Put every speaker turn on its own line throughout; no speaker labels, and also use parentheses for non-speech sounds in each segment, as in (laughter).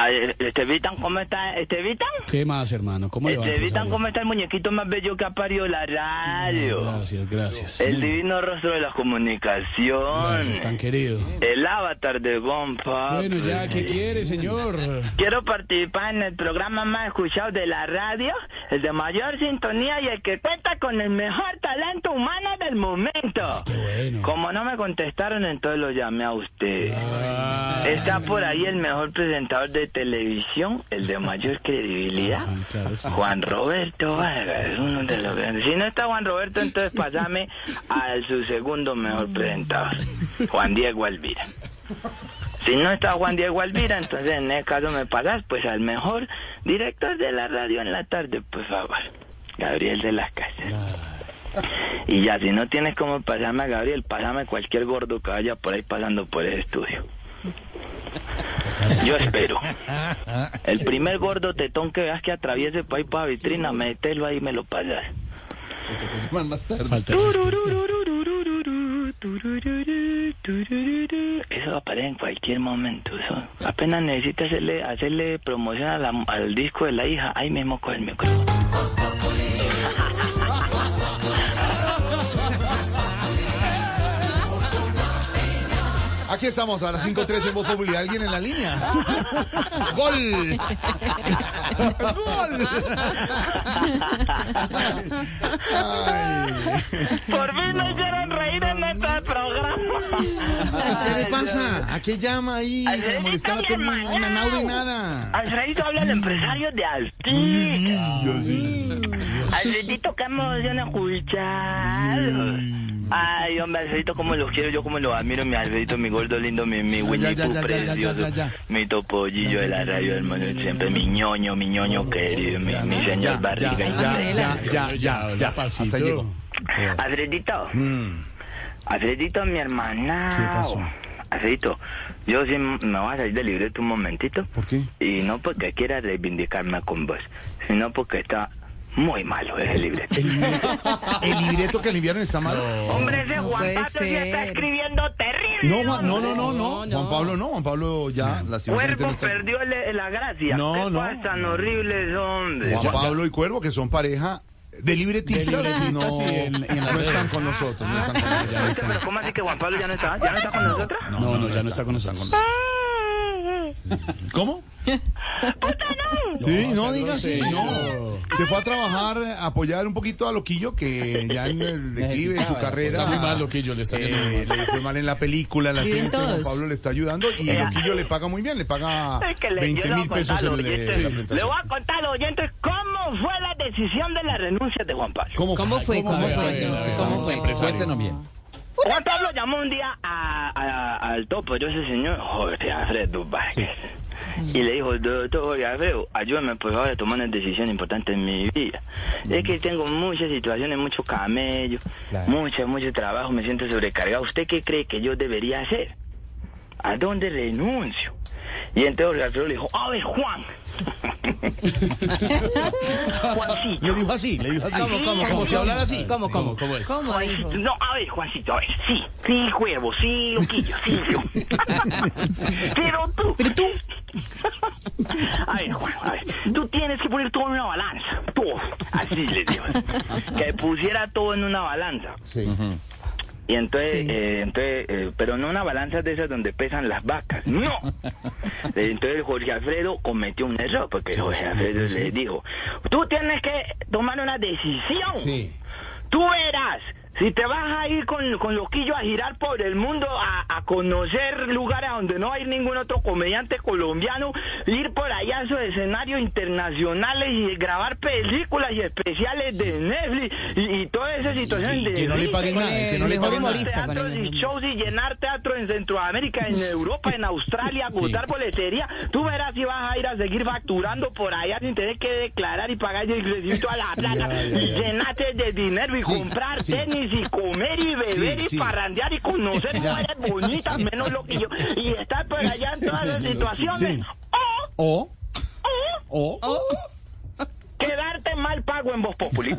Ah, eh, Estevitan, ¿cómo está? ¿Este, ¿Estevitan?
¿Qué más, hermano? ¿Cómo le va?
Estevitan,
empresario?
¿cómo está el muñequito más bello que ha parido la radio?
Gracias, gracias.
El divino rostro de la
Gracias, tan
comunicación.
querido.
El avatar de Gompa.
Bueno, ya, ¿qué quiere, señor?
Quiero participar en el programa más escuchado de la radio, el de mayor sintonía y el que cuenta con el mejor talento humano del momento.
Ah, Qué bueno.
Como no me contestaron, entonces lo llamé a usted.
Ah,
Está por ahí el mejor presentador de televisión, el de mayor credibilidad,
sí, claro, sí.
Juan Roberto Vargas, uno de los grandes. Si no está Juan Roberto, entonces pasame al su segundo mejor presentador, Juan Diego Alvira. Si no está Juan Diego Alvira, entonces en ese caso me pasas pues al mejor director de la radio en la tarde, por favor, Gabriel de las Casas. Y ya, si no tienes como pasarme a Gabriel, pásame cualquier gordo que vaya por ahí pasando por el estudio. Yo espero. El primer gordo tetón que veas que atraviese para ahí para vitrina, mételo ahí y me lo pasas.
Falta de respeto.
Eso aparece en cualquier momento. eso. Apenas necesitas hacerle, hacerle promoción a la- al disco de la hija, ahí mismo con el micrófono.
Aquí estamos a las 5.13 en Voz Populi. ¿Alguien en la línea? ¡Gol! ¡Gol! Ay,
Por fin me hicieron reír en este programa.
(laughs) ¿Qué le pasa? ¿A qué llama ahí?
Alfredito,
Molestando a
mi
todo el mundo.
hermano.
Nanau y nada.
Alfredito habla el empresario de Altic. Alfredito, ¿qué emoción escuchar? Ay, hombre, Alfredito, cómo los quiero, yo cómo los admiro, mi Alfredito, mi gordo lindo, mi, mi Winnie
ya,
Pooh
ya, ya, ya,
precioso,
ya, ya.
mi topollillo de la radio, hermano, siempre mi ñoño, mi ñoño querido, mi, mi señor
ya,
barriga.
ya, ya, ya, ya,
Habla
ya.
pasito.
Hasta llegó.
Alfredito,
Mm,
Alfredito, mi hermana.
¿Qué pasó?
Alfredito, yo sí me voy a salir del libreto un momentito.
¿Por qué?
Y no porque quiera reivindicarme con vos, sino porque está muy malo ese libreto.
El libreto, el libreto que le enviaron está mal.
Hombre, ese Juan
puede
Pablo sí
ser.
está escribiendo terrible.
No, Juan- no, no, no, no.
No, no.
Juan Pablo no. Juan Pablo ya, lastimosamente
Cuervo
no está-
perdió le- la gracia.
No,
Qué
no.
cosas tan horribles, hombre.
Juan Pablo y Cuervo, que son pareja de libretistas,
De libretistas
no,
y en- y en las
no están
redes. Ah.
con nosotros. No están con nosotros.
Ya no está.
Pero ¿cómo así que Juan Pablo ya no está? ¿Ya no está
(laughs)
con nosotros?
No, no, ya no está con nosotros.
¿Cómo? Sí, no
sea
digas sí,
grosero.
no. Se fue a trabajar, a apoyar un poquito a Loquillo, que ya en el declive de su carrera.
Está muy mal, Loquillo, le está yendo muy
eh, le fue mal en la película, en la
Viven
serie, entonces Juan
todos.
Pablo le está ayudando y Loquillo le paga muy bien, le paga
Es que le,
20
yo le
mil
voy a
pesos
contar a los
el, eh,
oyentes-
la
le
presentación.
voy a contar a los oyentes cómo fue la decisión de la renuncia de Juan Pablo.
¿Cómo,
¿Cómo fue? ¿Cómo
A ver, a
fue?
ver,
¿Cómo fue?
empresario.
Juan Pablo llamó un día a- a- al topo, yo ese señor, Jorge Alfredo Vázquez. Y le dijo, doctor Jorge Alfredo, ayúdame por favor a tomar una decisión importante en mi vida. Es que tengo muchas situaciones, mucho camello, mucho, mucho trabajo, me siento sobrecargado. ¿Usted qué cree que yo debería hacer? ¿A dónde renuncio? Y entonces Jorge Alfredo le dijo, a ver, Juan. Juancito.
Le dijo así, le dijo así.
¿Cómo, cómo,
Como
cómo?
si hablara así.
¿Cómo,
¿Cómo,
cómo?
cómo es?
¿Cómo, hijo?
No, a ver, Juancito, a ver, sí, sí, huevo, sí, loquillo, sí, yo. (laughs) Pero tú. Pero tú. A ver, Juan, a ver, tú tienes que poner todo en una balanza, todo. Así le digo. Que pusiera todo en una balanza.
Sí.
Y entonces,
Sí.
eh, entonces eh, pero no una balanza de esas donde pesan las vacas, no. (laughs) Entonces Jorge Alfredo cometió un error, porque Jorge Alfredo le dijo, tú tienes que tomar una decisión.
Sí.
Tú verás Si te vas a ir con, con Loquillo a girar por el mundo, a, a conocer lugares a donde no va a ir ningún otro comediante colombiano, ir por allá a esos escenarios internacionales y grabar películas y especiales de Netflix y, y todas esas situaciones
Y
de
que no le paguen
Disney,
nada, y que no
el
le
mejor
paguen nada.
humorista. con
teatros
el
y
mejor
shows y llenar teatro en Centroamérica, en Europa, en Australia, gustar boletería. Tú verás si vas a ir a seguir facturando por allá sin tener que declarar y pagar el recibir toda la plata
Ya, ya,
y
ya.
llenarte de dinero y
Sí,
comprar
sí.
tenis y comer y beber
Sí,
y
sí.
parrandear y conocer
(laughs) Ya.
mujeres bonitas, menos lo que yo, y estar por allá en todas las situaciones.
Sí.
O
O. O.
quedarte mal pago en Voz
(laughs)
Populi.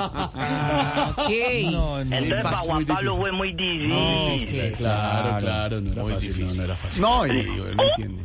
Ah.
Ok.
Entonces, para
Muy
Juan Pablo
difícil.
fue muy difícil.
Claro, claro, no era
Muy
fácil. No,
difícil.
no era fácil.
No, y él no entiende.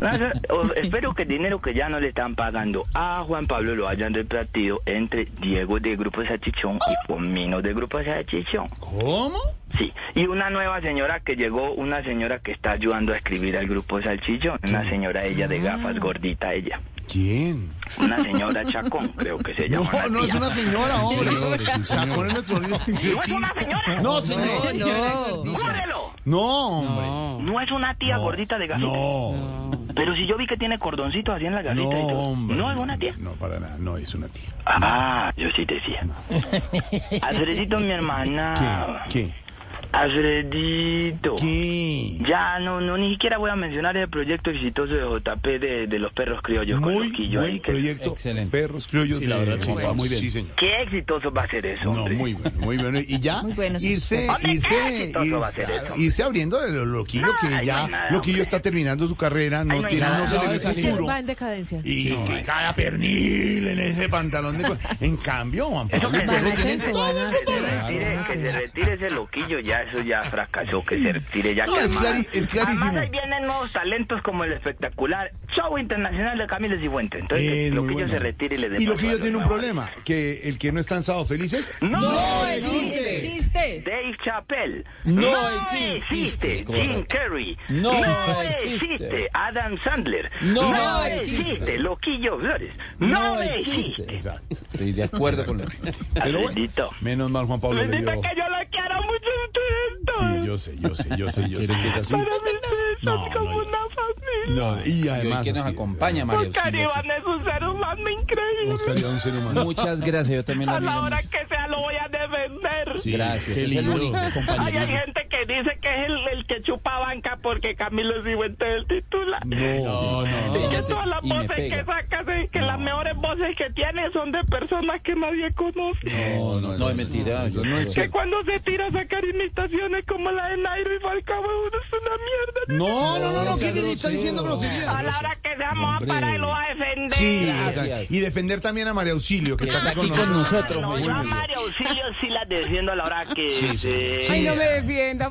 No, no, o- espero que el dinero que ya no le están pagando a Juan Pablo lo hayan repartido entre Diego de Grupo Sachichón y Comino de Grupo Sachichón.
¿Cómo?
Sí, y una nueva señora que llegó, una señora que está ayudando a escribir al grupo Salchichón, una señora ella de gafas, gordita ella,
¿Quién?
una señora Chacón, creo que se llama.
No,
la
no es
tía.
una señora, hombre.
Señor, es un
Chacón es
señor.
nuestro líder.
No es una señora.
No, señor.
No, no.
¡Córrelo!
No, hombre.
No.
No es una tía gordita de gafas.
No.
Pero si yo vi que tiene cordoncitos así en la
No,
garrita y todo.
hombre.
No es una tía.
No, para nada. No es una tía.
Ah, yo sí decía. Alfredito, mi hermana.
¿Qué?
Alfredito.
¿Qué?
Ya, no, no, ni siquiera voy a mencionar el proyecto exitoso de JP de, de los perros criollos. con
Muy
Loquillo ahí,
buen
que-
proyecto.
Excelente.
Perros criollos.
Sí, la
de
verdad, sí,
Juan
va muy
Pablo.
bien.
Sí, señor.
Qué exitoso va a ser eso,
No,
hombre.
muy bueno, muy bueno.
(laughs)
Y ya,
Muy bueno, sí.
irse,
Hombre, qué
irse,
exitoso ah, va a
irse,
ser eso, hombre.
irse abriendo de lo loquillo
No, ahí
que
no
ya,
hay nada,
loquillo
hombre.
está terminando su carrera, no
no hay
tiene,
nada.
no se
No,
le ve
esa
Entonces
futuro.
va en decadencia.
Y que cada pernil en ese pantalón de... col- En cambio, Juan Pablo
que
Perro
Van a ser,
tiene
se van a hacer. se
Retire-
van a
que
hacer.
se retire ese loquillo, ya eso ya fracasó, que se retire ya.
No,
que
es
además-
clari- es clarísimo.
Además ahí vienen nuevos talentos como el espectacular show internacional de Camilo Cifuentes. Entonces, que
Es muy
loquillo
bueno.
se retire y le dé
Y
paso a
Loquillo
los
tiene un
nuevos.
problema, que el que no está en sábado felices...
¡No!
existe!
Existe.
Dave Chappelle.
No
existe.
existe.
Jim
Correcto.
Carrey.
No existe.
Adam Sandler.
No
existe.
existe.
Loquillo Flores. No, existe.
Exacto.
Estoy de acuerdo con lo que
Pero
(laughs)
bueno,
Bendito.
menos mal Juan Pablo le
Bendito
dio...
que yo lo quiero mucho a ustedes dos.
Sí, yo sé, yo sé, yo sé, yo sé que es así.
Pero ustedes son
No,
como
no,
una familia.
No, y además...
que nos
así,
acompaña, María
Oscar
Auxilio.
Iván es un ser humano increíble.
Oscar Iván, ser humano.
Muchas gracias, yo también lo
A la
admiro
hora
mucho.
que sea lo voy a defender.
Sí,
Gracias,
Qué
es el
lindo
único.
Ay, hay
compañerismo.
gente que dice que es el, el que chupa banca porque Camilo Cifuentes es el titular.
No, no.
Y que
Obviamente,
todas las
y me
voces que
pega.
sacas, eh, que las mejores voces que tiene son de personas que nadie conoce.
No, no, no, es mentira.
Eso no es
Que
cierto.
cuando se tira a sacar imitaciones como la de Nairo y Falcao, uno es una mierda.
No, no, no, no,
No,
¿quién le está
grosero.
diciendo grosería?
A la hora que seamos a
Hombre.
parar y lo va a defender.
Sí,
Gracias.
exacto. y defender también a María Auxilio, que está
Está
aquí
aquí
con
con
nosotros.
nosotros,
No,
muy
yo a
bien.
María Auxilio sí la defiendo a la hora que...
Sí, sí,
eh,
sí.
Ay, no me defienda,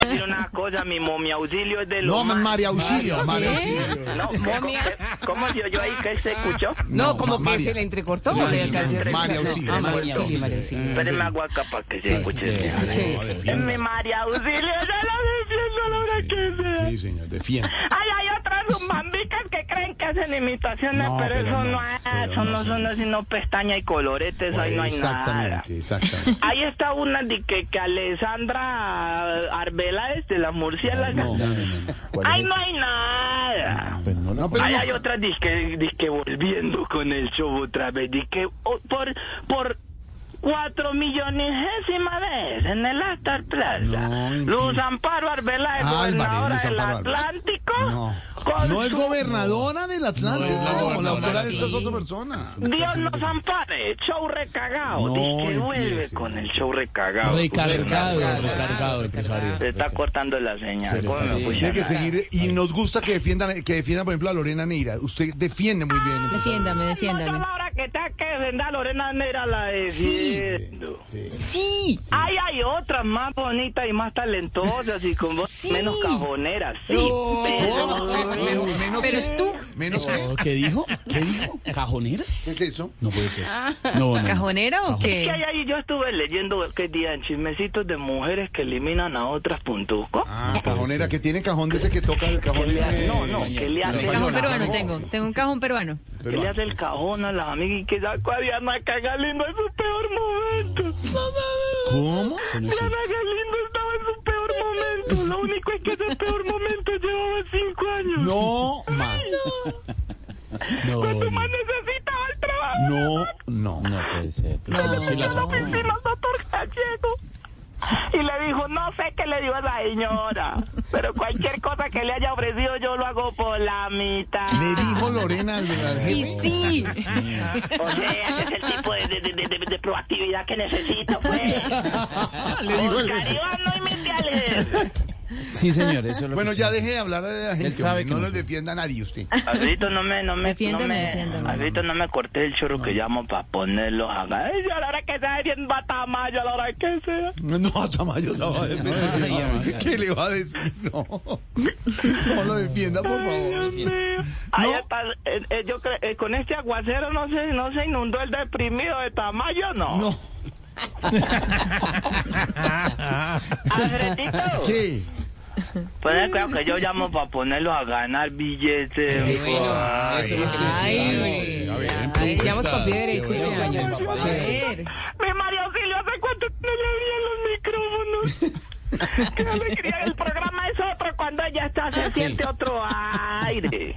decir una cosa, mi momi auxilio es de lo
No,
más-
María Auxilio, María Auxilio.
No, ¿cómo, ¿Cómo se oyó ahí que se escuchó?
No,
No,
como
María.
que se le entrecortó.
María,
o le alcancé a escuchar.
María Auxilio.
No, ah,
María
María Auxilio, María Auxilio.
Espérenme agua acá para que se escuche.
Escuche eso.
Es mi María Auxilio, yo la defiendo a la hora que sea.
Sí, señor, defienda.
Ay, hay otras zumbambicas que creen que hacen imitaciones,
No,
pero,
pero
eso
no,
no, es,
pero
eso
no,
no son
señor.
así, no pestaña y coloretes, Pues ahí no hay nada.
Exactamente, exactamente.
Ahí está una de que, que Alessandra Arbeláez de las murciélagas.
No, no, no.
Ahí no hay nada.
No, pero
Ay, hay
no.
otra disque, disque volviendo con el show otra vez, disque oh, por, por cuatro millonigésima vez en el Astar Plaza.
No, en
Luz
fin.
Amparo Arbeláez,
Álvarez,
gobernadora
Luz
del
Amparo Álvarez.
Atlántico.
No.
con
No es
su-
gobernadora del
No
Atlántico.
es la
No, la
gobernadora,
autora de
sí.
esta es otra persona.
Dios nos ampare, show recagado.
No,
Dice que vuelve
empiece.
con el show recagado.
Recargado, recargado, empresario.
Se está cortando la
Se
señal.
le
¿Cómo
está
me
yendo.
Tiene
escuchan?
que seguir. Y nos gusta que defiendan, que defiendan, por ejemplo, a Lorena Neira. Usted defiende muy bien.
Defiéndame,
No, yo
defiéndame.
la hora que está que defender a Lorena Neira la defiendo.
Sí.
Ay, hay otras más bonitas y más talentosas y con voz
Sí.
menos cajoneras, sí.
No,
pero-
me- me- menos
Pero
que-
tú-
Menos que.
No, ¿Qué dijo? ¿Qué dijo? ¿Cajoneras?
¿Qué es eso?
No puede ser. No, no, no.
¿Cajonera o
Es que
qué?
hay ahí, yo estuve leyendo que día en chismecitos de mujeres que eliminan a otras puntuco.
Ah, cajonera, que tiene cajón de ese que toca el cajón ese.
No, no, que le hace,
Cajón peruano
no.
tengo, tengo un cajón peruano.
que le hace el cajón a las amigas y que sacó a Diana Cagalindo en su peor momento.
¿Cómo?
Eso no
Diana
es cierto.
Galindo estaba en su peor momento. Lo único es que ese peor momento llevaba cinco años.
No más.
No,
Cuando
no.
más necesitaba el trabajo.
No, no.
No puede ser.
No, sí la
la
sacó.
oficina doctor Gallego. Y le dijo, no sé qué le dio a la señora, pero cualquier cosa que le haya ofrecido yo lo hago por la mitad.
Le dijo Lorena al, al
Y
jefe.
sí.
O sea, ese es el tipo de, de, de, de- de- de proactividad que necesito, pues.
Le dijo al
Oscar
jefe.
Iván, no imitiales.
Sí, señor, eso es lo
Bueno,
que
ya
usted-
deje de hablar de la gente.
Él sabe
hombre,
que
no
no
lo
sé.
defienda a nadie usted.
Alfredito, no me, no me,
Defiéndame,
no me,
defiéndame.
Alfredito, no me corté el chorro que llamo para ponerlo a Ay, yo a la hora que sea, bien batamayo, a la hora que sea.
No, Tamayo no va a defender. ¿Qué le va a decir? No. No lo defienda, por favor.
Ahí está, eh, eh, yo cre- eh, con este aguacero no se, no se inundó el deprimido de Tamayo, no.
No.
(laughs) Alfredito,
¿Qué?
poner Pues cuidado que yo llamo para ponerlos a ganar billetes.
Ay,
Ay,
Decíamos pues, con pie derecho
pues, Qué
este
bueno, pues,
año.
papá.
a ver.
Mi María Auxilio, ¿hace cuánto que no le vi en los micrófonos?
(laughs)
Qué alegría, el programa es otro cuando ella está,
Ah,
se siente otro aire.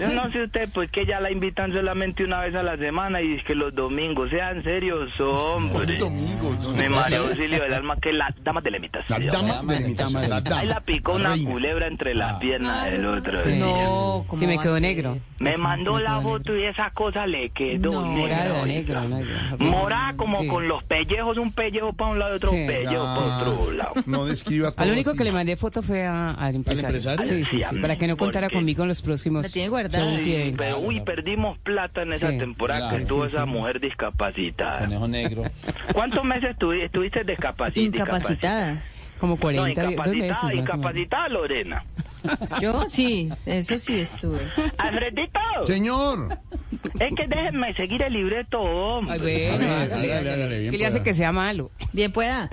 Yo no sé usted, pues que ya la invitan solamente una vez a la semana y es que los domingos, sean serios, hombre.
Los domingos. no.
Mi María Auxilio, el alma que la dama de la
La
imitación.
dama de la imitación. La
Ahí la
dama.
picó una
reina. Ah.
culebra entre las piernas del otro día.
No, ¿cómo
Sí, me
va a
quedó
ser?
negro.
Me mandó la foto y esa cosa le quedó
No,
negra.
Morado, negro, negro.
Morada como
Sí.
con los pellejos, un pellejo para un lado y otro
Sí.
pellejo para
(laughs)
otro lado.
No describa todo.
Al único que
así.
le mandé foto fue a- al empresario.
empresario?
Sí, sí,
Sí, a
sí.
mí,
Para que no contara
porque-
conmigo en los próximos.
La tiene guardada.
shows y
Sí,
eventos.
pero, uy, perdimos plata en esa
Sí,
temporada
claro,
que tuvo
sí,
esa
sí.
mujer discapacitada.
Conejo negro.
¿Cuántos meses estuvi- estuviste descapacitada?
Incapacitada.
Como 40,
no,
di- dos meses.
incapacitada,
más o menos.
incapacitada Lorena.
Yo sí, eso sí estuve.
Alfredito,
Señor.
es que déjenme seguir el libreto,
Ay,
hombre.
bueno,
A ver,
hágale,
hágale, hágale, bien
¿Qué le hace
pueda.
que sea malo?
Bien pueda.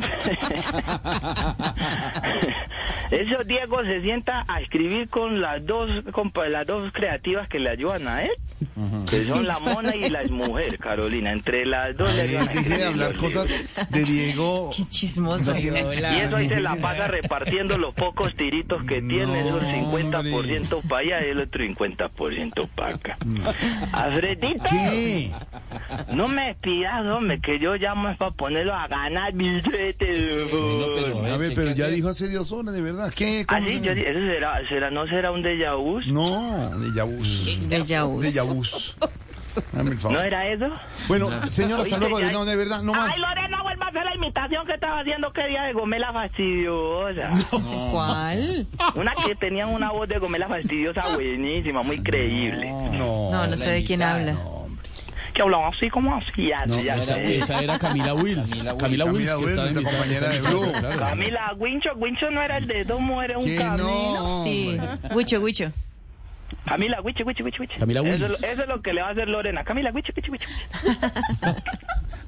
(laughs) Eso Diego se sienta a escribir con las dos con pa- las dos creativas que le ayudan a él, que son la mona y la mujer, Carolina. Entre las dos le ayudan a
Deje de
escribir
hablar
los
cosas
libros.
de Diego.
Qué chismoso.
Y eso ahí se la pasa repartiendo los pocos tiritos que tiene,
No,
esos 50% para allá y el otro 50% para acá. Alfredito,
Mm. ¿Qué?
no me pidas, hombre, que yo llamo es para ponerlo a ganar billetes.
No, pero,
A ver,
¿qué
pero
hay que
ya
hacer?
dijo hace dos horas, de verdad. ¿Qué? ¿Cómo?
Así, Ah, yo di- eso será, será, no será un déjà vu.
No, de Yabús.
Bella
De
voz.
Yabús. Dame el
¿No
favor.
era eso?
Bueno, señor, hasta
Oíste,
luego.
ya-
No, de verdad, no más.
Ay, Lorena, vuelva a hacer la imitación que estaba haciendo que día de Gomela
(laughs)
Fastidiosa.
¿Cuál?
Una que tenía una voz de Gomela Fastidiosa buenísima, muy creíble.
No.
No, no sé de quién habla.
Que hablaba así como así, así,
No,
así.
esa, esa era Camila Wills. Camila, Wills, que estaba
Camila Wills, nuestra
invitada,
compañera de
estaba
Blue.
invitada, claro.
Camila, Wincho, Wincho no era el de dos mujeres, un
Que
camino.
no.
Sí.
hombre.
Guicho, guicho.
Camila, Wincho, Wincho, Wincho, Wincho.
Camila
eso, es
Wills.
lo- eso es lo que le va a hacer Lorena. Camila, Wincho, Wincho, Wincho.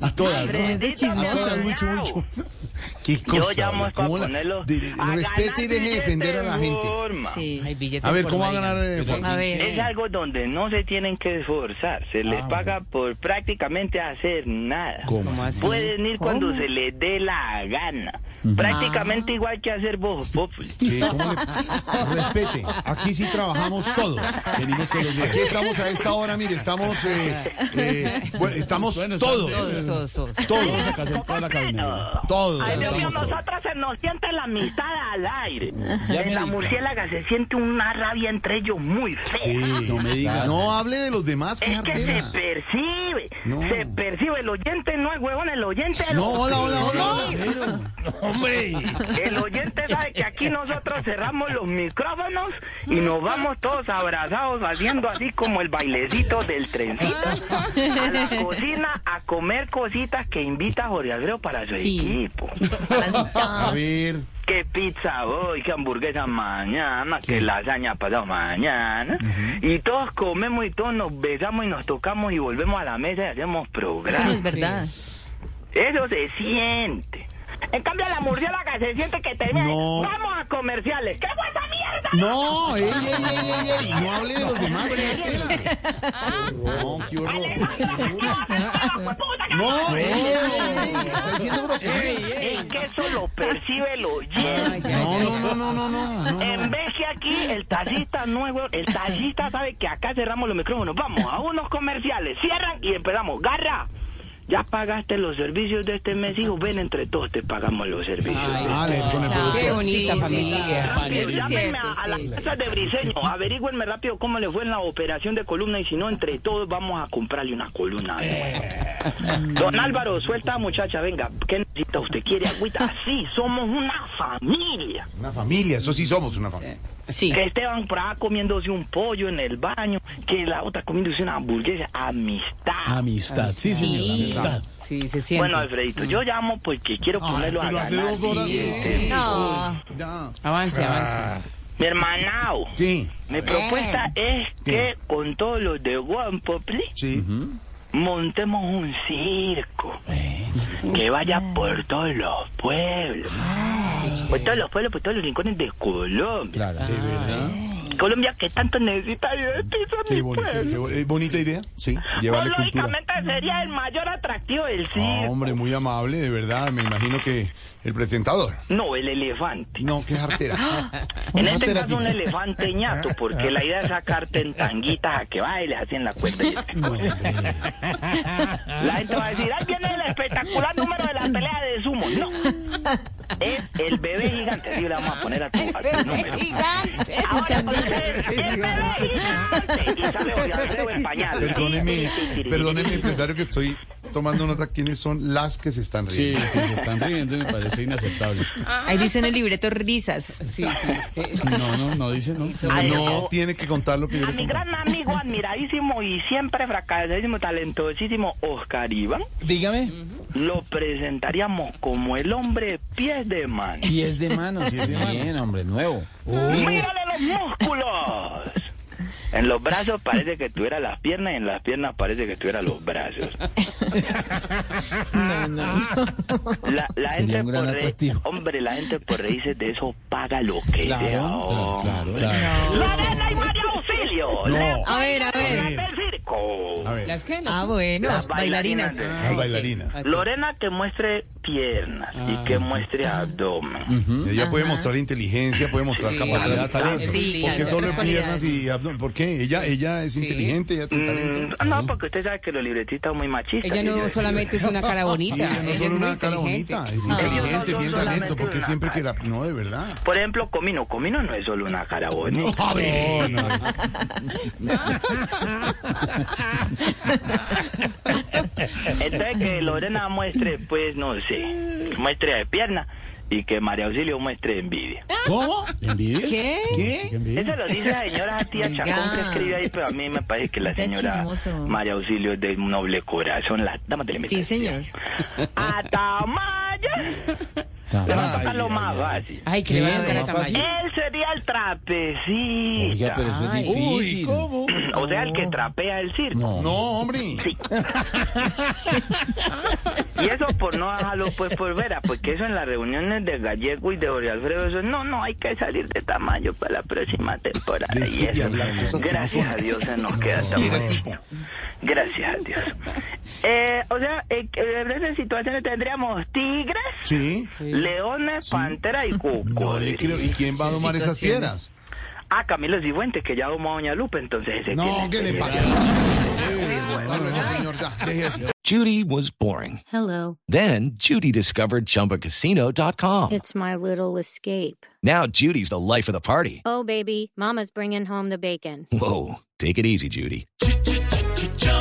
A todas, ¿no?
Es de chismoso.
A todas, mucho, mucho. (laughs) Qué cosa.
Yo llamo es para
¿cómo la-
ponerlo.
de- de-
a
respete
ganar este
y deje de defender a la
billete,
gente.
forma.
Sí.
Ay, billete
A ver,
por
¿cómo va a
vaina.
ganar? eh, Ah,
A
Es
ver.
algo donde no se tienen que esforzar, se les paga por prácticamente hacer nada.
¿Cómo
¿Cómo
así?
así?
Pueden ir
¿Cómo?
cuando se les dé la gana. Prácticamente igual que hacer Voz Populi.
Sí, ¿cómo le- (laughs) Respete, aquí sí trabajamos todos.
Venimos todos los días.
Aquí estamos a esta hora, mire, estamos, eh, eh, bueno, estamos todos,
Todos, todos, todos.
todos,
Acá se toda la cabina.
todos.
Ay, Dios mío,
estamos todos.
nosotros se nos siente la mitad al aire.
Ya
En
me
la
dice.
murciélaga se siente una rabia entre ellos muy fea.
Sí,
No me digas.
No hable de los demás, qué
Es que
jartera.
se percibe,
No.
se percibe. El oyente no es huevón, el oyente es
No, hola, hola, hola. hola.
El oyente sabe que aquí nosotros cerramos los micrófonos y nos vamos todos abrazados haciendo así como el bailecito del trencito. A la cocina a comer cositas que invita Jorge Agreo para su
Sí.
equipo.
A ver,
Que pizza hoy, que hamburguesa mañana, que lasaña pasado mañana. Y todos comemos y todos nos besamos y nos tocamos y volvemos a la mesa y hacemos
Eso no
programas.
es verdad.
Eso se siente. En cambio, la murciélaga se siente que termina.
No.
Vamos a comerciales. ¿Qué fue esa
(laughs)
mierda?
no, ey, ey, ey, ey, ey, no hable de los demás, qué jartera. No, qué horror. No, ey, ey, ey, ey, está diciendo grosería.
Es que eso lo percibe el oyente.
No, no, no, no, no, no, no.
En vez que aquí el taxista no es huevón, el taxista sabe que acá cerramos los micrófonos. Vamos a unos comerciales, cierran y empezamos. Garra, ya pagaste los servicios de este mes, hijo. Ven entre todos, te pagamos los servicios.
Vale, con el
Qué
productor.
bonita
Sí, sí,
familia.
Rápido,
Eso es
llámenme
cierto,
a, a las
sí.
casas de Briseño, averígüenme rápido cómo le fue en la operación de columna y si no, entre todos vamos a comprarle una columna.
Eh.
nueva. (laughs) Don Álvaro, suelta muchacha, venga, ¿qué necesita usted? ¿Quiere agüita?
(laughs)
Así, somos una familia.
Una familia, eso sí somos una familia.
Sí.
Que Esteban por acá comiéndose un pollo en el baño, que la otra comiéndose una hamburguesa. Amistad.
Ah,
Amistad, sí, señor, amistad.
Sí, se siente.
bueno, Alfredito,
Mm.
yo llamo porque quiero
Ah,
ponerlo a
Pero hace
ganar.
dos horas. ¿qué?
No.
Ya.
Avance, avance.
Mi hermanao,
Sí,
Eh.
mi propuesta es que con todos los de One Popli,
sí.
montemos un circo que vaya por todos los pueblos, por todos los pueblos, por todos los rincones de Colombia.
Claro.
De verdad.
Colombia que tanto necesita y despeja mi
Qué bonito,
pueblo.
qué bo- eh, bonita idea, sí.
Pues,
Llevarle cultura.
lógicamente sería el mayor atractivo del circo.
Ah, hombre, muy amable, de verdad. Me imagino que el presentador.
No, el elefante.
No, qué jartera.
(laughs) En
Una
este caso
alternativa.
un
(laughs)
elefante ñato, porque la idea es sacarte en tanguitas a que bailes así en la cuenta. y (laughs) esas cosas. La gente va a decir, ahí viene el espectacular número de la pelea de sumo. No, es el bebé gigante. Así le vamos a poner a tu, a tu número.
Gigante.
Ahora, pues, el bebé gigante. Y sale Jorge Alfredo en pañal.
Perdóneme, perdóneme, pues. empresario, que estoy tomando nota quiénes son las que se están
Sí,
riendo.
sí, se están riendo y me parece inaceptable.
Ahí dicen el libreto risas.
Sí, sí, sí.
No, no, no dice, no.
Ay,
No tiene que contar lo que yo
A
le
mi
conté.
gran amigo, admiradísimo y siempre fracasadísimo, talentosísimo Oscar Iván,
Dígame.
lo presentaríamos como el hombre pies de man.
Pies de mano. Pies de mano. Bien, hombre, nuevo.
¡Mírale los músculos! En los brazos parece que tuviera las piernas y en las piernas parece que tuviera los brazos.
(laughs)
La, la
Sería
gente
un gran
por re-
atractivo.
hombre, la gente por reírse de eso paga lo que sea.
Claro, claro, claro.
¡Lorena y María Auxilio!
No,
A ver, a ver.
¡Del circo!
a ver,
¿Las qué? Las-
Ah, bueno.
Las bailarinas.
Bailarinas.
las
ok.
bailarinas.
Lorena que muestre piernas y
Ah.
que muestre abdomen.
Ella puede mostrar inteligencia, puede mostrar
Sí, claro,
capacidad, talento.
sí,
Porque
claro,
solo
otras
piernas
cualidades.
y abdomen. ¿Por qué? Ella, ella es inteligente, ella tiene talento.
Mm, no, porque usted sabe que los libretistas son muy machistas.
Ella no
Ellos-
solamente es una cara
Sí,
bonita.
no
ella es
solo
muy
una cara
inteligente.
bonita, es
Ah.
inteligente,
No,
tiene
no,
talento,
solamente
porque
una
siempre que la...
cara.
No, de verdad.
Por ejemplo, Comino. Comino no es solo una cara bonita.
(laughs) A ver.
Entonces que Lorena muestre, pues, no sé, muestre de pierna y que María Auxilio muestre envidia.
¿Cómo?
¿Envidia?
¿Qué?
¿Qué?
Eso lo dice la señora tía Chacón que escribe ahí, pero a mí me parece que la
Sea
señora
chismoso.
María Auxilio es de un noble corazón, la dama de la
Sí,
imitación.
señor.
Atamaya. Le va a tocar lo más fácil.
Ay, que le va a
¿Qué?
tocar a
¿Más
Tamayo.
fácil?
Él sería el trapecista.
Oiga, pero eso es difícil.
O sea, el que trapea el circo.
No, hombre.
Sí. y eso por no dejarlo pues por vera, porque eso en las reuniones de Gallego y de Jorge Alfredo, eso no, no, hay que salir de tamaño para la próxima temporada.
Deje
Y
de
eso,
hablar cosas que no
gracias
son.
a Dios se nos queda
Mira,
tamaño.
tipo.
Gracias a Dios. Eh, o sea, eh, en esas situaciones tendríamos tigres,
Sí.
Sí.
leones, pantera y cuco.
(laughs) No le creo. ¿Y quién va a domar esas piedras?
Ah, Camilo Cifuentes, que ya domó a Doña Lupe, entonces ese
No,
tiene
¿qué le pasa? Hasta luego, Ah, señor. Ya, deje eso.
Judy was boring.
Hello.
Then Judy discovered ChumbaCasino.com.
It's my little escape.
Now Judy's the life of the party.
Oh, baby, Mama's bringing home the bacon.
Whoa, take it easy, Judy.